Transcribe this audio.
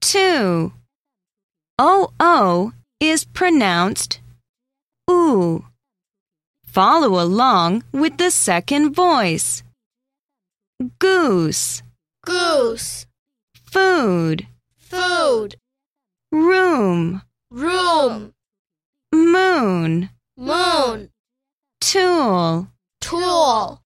Two. OO is pronounced oo. Follow along with the second voice. Goose, goose, food, food, room, room, moon, moon, tool. tool.